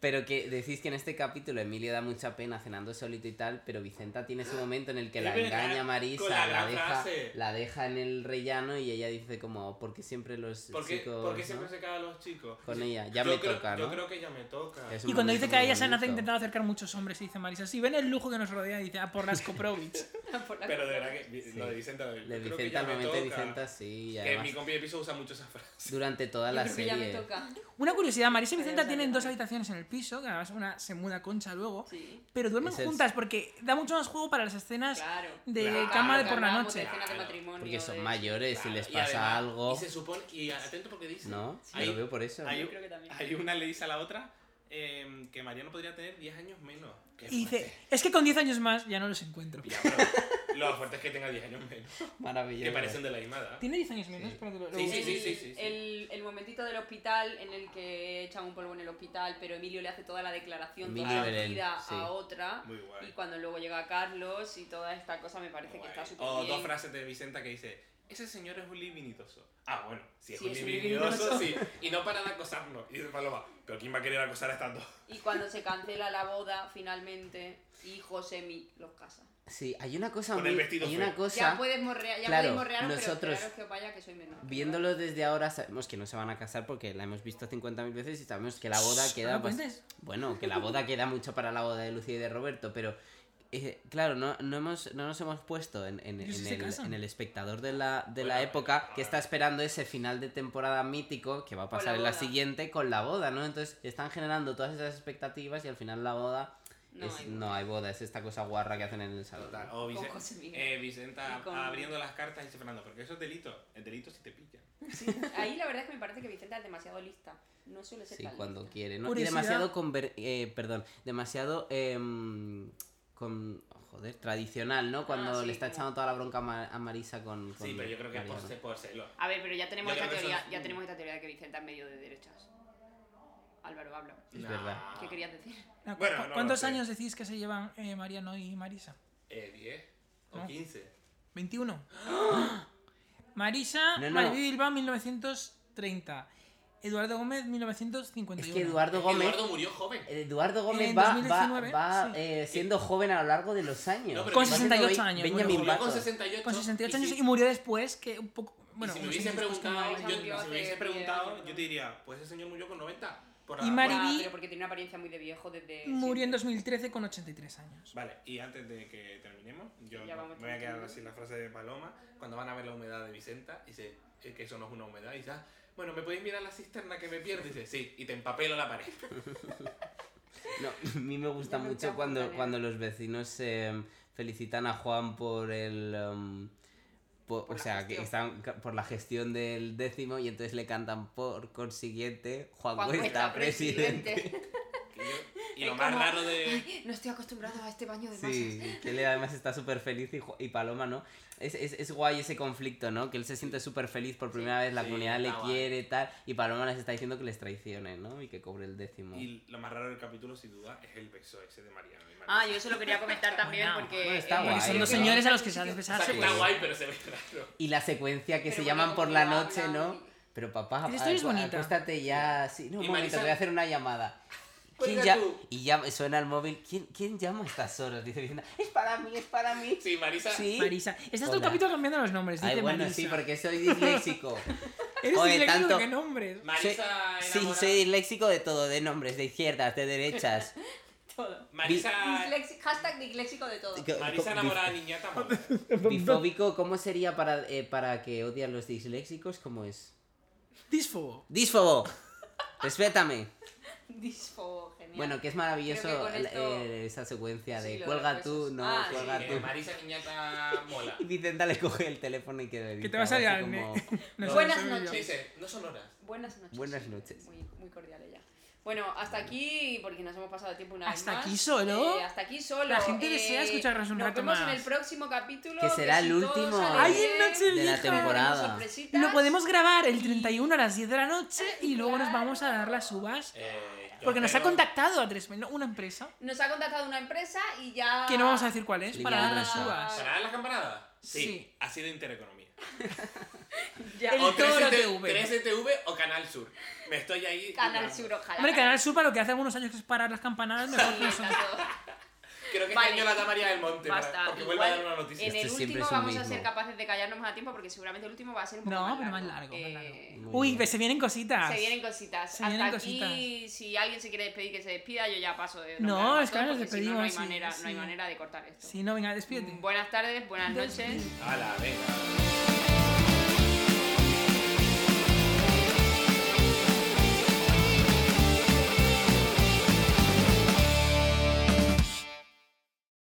C: Pero que decís que en este capítulo Emilio da mucha pena cenando solito y tal, pero Vicenta tiene ese momento en el que
E: Es
C: la
E: verdad,
C: engaña a
E: con
C: Marisa,
E: la
C: la
E: gran
C: deja,
E: frase.
C: la deja en el rellano y ella dice como, porque siempre los
E: ¿Por qué,
C: chicos
E: por qué
C: no?
E: siempre se caen los chicos?
C: con ella? Ya
E: yo
C: me
E: creo,
C: toca, ¿no?
E: Yo creo que ya me toca.
C: Es un
D: Y
C: momento
D: cuando dice que a
C: muy
D: ella se han
C: bonito.
D: intentado acercar muchos hombres, y dice Marisa, si ven el lujo que nos rodea, dice, a por las
E: (laughs)
D: Koprovich.
A: (laughs) Por la-
E: Pero de verdad que vi-
C: Sí.
E: lo de Vicenta, yo
C: Le
E: creo que
C: Vicenta,
E: ya
C: el
E: me
C: momento
E: toca.
C: de Vicenta, sí. y
E: que mi
C: además,
E: compi de piso usa mucho esa frase.
C: durante toda
A: Yo
C: la
A: creo que ya me
C: serie.
A: toca.
D: Una curiosidad, Marisa y Vicenta
A: Adiós,
D: tienen
A: adiós.
D: dos habitaciones en el piso, que además una se muda a concha luego, (laughs)
A: Sí,
D: pero duermen
C: Es el-
D: juntas porque da mucho más juego para las escenas
A: claro.
D: de
E: Claro,
D: cama de
E: claro,
D: por la
A: Hablamos de
D: noche.
A: escenas de
E: Claro,
A: matrimonio,
C: Porque son
A: de-
C: mayores y
E: Claro,
C: les
E: y
C: pasa
E: además-
C: algo.
E: Y se supone, y atento porque dice.
C: ¿No?
E: hay-
C: Yo lo veo por eso.
E: hay
A: Yo
E: un-
A: creo que también.
E: Hay una le dice a la otra eh, que Mariano podría tener 10 años menos. Qué
D: Y dice,
E: fuerte.
D: es que con 10 años más ya no los encuentro.
E: Ya, pero lo fuerte es que tenga 10 años
C: (laughs)
E: menos.
C: Maravilloso.
E: Que parecen de la Imada.
D: ¿Tiene 10 años menos?
C: Sí.
D: Espérate, lo-
E: Sí,
D: lo-
E: sí, sí,
A: El-
E: sí, sí, sí.
A: El, el momentito del hospital en el que echan un polvo en el hospital, pero Emilio le hace toda la declaración
C: Emilio
A: toda la
C: Belén,
A: vida
C: sí.
A: a otra.
E: Muy guay.
A: Y cuando luego llega Carlos y toda esta cosa me parece que
E: Guay.
A: está súper
E: O
A: bien.
E: Oh, dos frases de Vicenta que dice, ese señor es un libidinoso. Ah, bueno, si es
A: Sí,
E: un
A: es un
E: libidinoso,
A: libidinoso.
E: sí. Y no para de acosarnos. Y dice Paloma, pero ¿quién va a querer acosar a estas dos?
A: Y cuando se cancela la boda, finalmente, y José Mi los casa.
C: Sí, hay una cosa
E: Con
C: muy.
E: el vestido
C: hay
E: feo.
C: una cosa.
A: Ya puedes morrear, ya
C: claro,
A: podéis morrearos, pero
C: nosotros,
A: esperaros que os vaya que soy menor.
C: Viéndolo desde ahora sabemos que no se van a casar porque la hemos visto 50.000 veces y sabemos que la boda
D: Shh,
C: queda
D: no
C: pues,
D: cuentes.
C: bueno, que la boda queda mucho para la boda de Lucía y de Roberto, pero eh, claro, no, no, hemos, no nos hemos puesto en, en-
D: Ellos sí
C: en
D: se
C: el,
D: casan.
C: en el espectador de la, de
E: Bueno,
C: la época
E: bueno,
C: que está esperando ese final de temporada mítico que va a
A: Con la
C: pasar en la
A: boda.
C: siguiente con la boda, ¿no? Entonces están generando todas esas expectativas y al final la boda
A: No
C: Es-
A: hay boda.
C: no hay boda, es esta cosa guarra que hacen en el salón.
E: Total. O Vicen-
A: José Miguel.
E: eh, Vicenta
A: Y con-
E: abriendo las cartas y dice Fernando, porque eso es delito. Es delito si te pillan.
A: Sí, ahí la verdad es que me parece que Vicenta es demasiado lista. No suele ser
C: Sí,
A: tan
C: cuando
A: lista.
C: quiere, ¿no?
D: Curiosidad.
C: Y demasiado conver- eh, perdón, demasiado em, con joder, tradicional, ¿no? Cuando
A: sí,
C: le está
A: como-
C: echando toda la bronca a, Ma- a Marisa con, con
E: Ah, Sí, pero yo creo que es por,
C: Mariano.
E: ce- por celo.
A: A ver, pero ya tenemos
E: Yo
A: esta
E: creo que eso
A: teoría,
E: es-
A: ya tenemos esta teoría de que Vicenta es medio de derechas. Álvaro, habla.
C: Es
E: No.
C: verdad.
A: ¿Qué querías
C: (laughs)
A: decir?
D: No,
E: Bueno,
D: ¿cu-
E: no lo
D: ¿Cuántos
E: sé.
D: años decís que se llevan eh, Mariano y Marisa?
E: Eh, 10 o
A: Ah.
D: No.
E: 15.
D: 21. Marisa,
C: No, no.
D: Malví Bilbao, 1930. Eduardo Gómez, 1951.
C: Es que Eduardo Gómez
E: Eduardo murió joven.
C: Eduardo Gómez
D: En
C: va,
D: 2019,
C: va- va,
D: sí.
C: eh, siendo joven a lo largo de los años.
E: No, pero
D: Con
E: que va siendo
D: 68
C: Ben-
D: años.
C: Benjamin
D: murió.
E: Murió con
C: Button.
E: 68.
D: Con 68
E: y
D: años
E: si-
D: y murió después, que un poco...
E: y
D: Bueno,
E: si me
D: unos
E: hubiesen
D: años después que
E: preguntado,
D: murió.
E: yo,
A: murió
E: si me hubiesen
A: de-
E: preguntado,
A: de-
E: yo te diría, pues ese señor murió con 90. Por
D: Y
E: la-
D: Mari-
A: Ah,
D: Mariví-
A: pero porque tiene una apariencia muy de viejo desde
D: Murió en
A: siempre.
D: 2013 con 83 años.
E: Vale, y antes de que terminemos, yo
A: Ya vamos
E: me voy a quedar
A: terminando.
E: así la frase de Paloma, cuando van a ver la humedad de Vicenta, dice eh, que eso no es una humedad, y dice, "Ah, bueno, ¿me podéis mirar la cisterna que me pierdo? Y dice, sí, y te empapelo la pared.
C: No, (laughs) a mí me gusta
A: Yo me
C: mucho
A: encajo
C: cuando,
A: con
C: cuando los vecinos em, felicitan a Juan por el... em, po-
A: Por
C: o
A: la
C: sea, que
A: gestión.
C: están ca- por la gestión del décimo y entonces le cantan por consiguiente Juan,
A: Juan
C: Cuesta,
A: Cuesta,
C: presidente. (laughs)
E: Y, yo- y
A: Es
E: lo más
A: como-
E: raro de...
A: No estoy acostumbrado a este baño de
C: Sí,
A: masas.
C: que él además está súper feliz y, Ju- y Paloma, ¿no? Es, es, es guay ese conflicto, ¿no? Que él se siente súper feliz por primera vez, la
E: Sí,
C: comunidad le
E: está guay.
C: quiere tal y Paloma les está diciendo que les traicione, ¿no? Y que cobre el décimo.
E: Y lo más raro del capítulo, sin duda, es el beso ese de Mariano. y Marisa.
A: Ah, yo eso lo quería comentar también
D: Bueno,
A: porque...
C: bueno, está
A: eh,
D: Porque
C: guay,
D: son dos
C: ¿no?
D: señores a los que se ha de
E: O
D: besar.
E: sea, que está
C: pues.
E: guay, pero se ve raro.
C: Y la secuencia que
A: Pero
C: se
A: bueno,
C: llaman
A: como
C: por
A: que
C: la
A: hablan
C: noche, ¿no?
A: y-
C: Pero papá,
D: Pero esto es
C: acu-
D: bonita.
C: acuéstate ya. Sí, no, un
E: Y
C: momento,
E: Marisa-
C: que voy a hacer una llamada.
E: (laughs)
C: ¿Quién
E: Cuelga
C: ya...
E: tú.
C: Y ya suena el móvil. ¿Quién, quién llama a estas horas? Dice diciendo,
D: (laughs)
C: es para mí, es para mí.
E: Sí, Marisa...
C: Sí.
D: Marisa. Este es todo el
C: Hola.
D: capítulo cambiando los nombres. Dice
C: Ay, bueno,
D: Marisa.
C: sí, porque soy disléxico.
D: Eres
C: Oye,
D: disléxico,
C: tanto-
D: ¿qué nombres?
E: (laughs) Marisa
C: Sí,
E: enamorada-
C: soy disléxico de todo, de nombres, de izquierdas, de
E: (laughs)
C: derechas.
A: Todo.
E: Marisa...
A: Disléxico- hashtag disléxico de todo.
C: Co-
E: Marisa
C: co- (laughs)
E: enamorada de niñata mola.
C: bif- Bifóbico, ¿cómo sería para, eh, para que odian los disléxicos? ¿Cómo es?
D: Disfobo.
E: (laughs)
C: ¡Disfobo! ¡Respétame!
A: Disfo, genial.
C: Bueno, que es maravilloso
A: Creo que con
C: la-
A: esto-
C: eh, esa secuencia
A: Sí,
C: de
A: lo de
C: cuelga
A: los
C: tú,
A: besos.
C: no,
A: Ah, sí,
C: cuelga
E: Eh,
C: tú.
E: Marisa niñata mola.
C: Y (laughs) Vicenta le coge el teléfono y que le
D: Que
C: dice
D: te vas a
C: algo
D: liar.
C: así como,
D: ¿eh? No sé,
A: Buenas
D: no sé,
A: noches.
E: Sí,
D: yo.
E: dice, no son horas.
A: Buenas noches.
C: Buenas noches.
A: Muy, muy cordial ella. Bueno, hasta aquí, porque nos hemos pasado el tiempo una
D: ¿Hasta
A: vez más.
D: aquí solo?
A: Eh, hasta aquí solo.
D: La gente
A: Eh,
D: desea escucharnos un
A: nos
D: rato
A: vemos
D: más.
A: en el próximo capítulo.
C: Que será el
A: si todo
C: último.
A: sale
D: ¡Ay,
A: bien,
D: en Nochevieja!
C: De la temporada.
A: tenemos sorpresitas.
D: Lo podemos grabar el 31 a las 10 de la noche y luego nos
A: Claro.
D: vamos a dar las uvas.
E: Eh, yo
D: Porque nos ha
E: espero-
D: contactado a tres, no, una empresa,
A: Nos ha contactado una empresa y ya.
D: que no vamos a decir cuál es, para
C: Línea
D: dar las
C: Rosa.
D: uvas.
E: ¿Sonará la campanada?
D: Sí.
E: Ha sido Intereconomía.
A: Ya.
D: El-
E: O 3
D: Toro
E: TV.
D: TV.
E: 3 TV o Canal Sur. Me estoy ahí.
A: Canal Sur, ojalá.
D: Hombre, Canal
A: (laughs)
D: Sur, para lo que hace algunos años que es parar las campanadas, mejor
A: Sí,
D: no son.
A: tanto.
E: Creo que
A: Vale.
E: este año la da María del Monte. para-
A: Basta.
E: Porque vuelve a dar
A: Igual,
E: una noticia.
A: En el
C: Esto Este siempre
A: último
C: es un
A: vamos a
C: mismo.
A: ser capaces de callarnos más a tiempo porque seguramente el último va a ser un poco
D: No,
A: más largo.
D: pero más largo, más
A: Eh,
C: Muy
D: largo. Uy,
C: bien.
D: ve, se vienen cositas.
A: Se vienen cositas.
D: Se
A: Hasta
D: vienen
A: aquí, si alguien se quiere despedir, que se despida. Yo ya paso de.
D: No,
A: nombrar a
D: es que
A: todos,
D: ahora nos
A: porque si no, No, hay
D: despedimos, sí,
A: manera, no hay
D: sí.
A: manera de cortar esto.
D: Sí, no, venga, despídete.
A: Buenas tardes, buenas noches.
E: Hala, venga.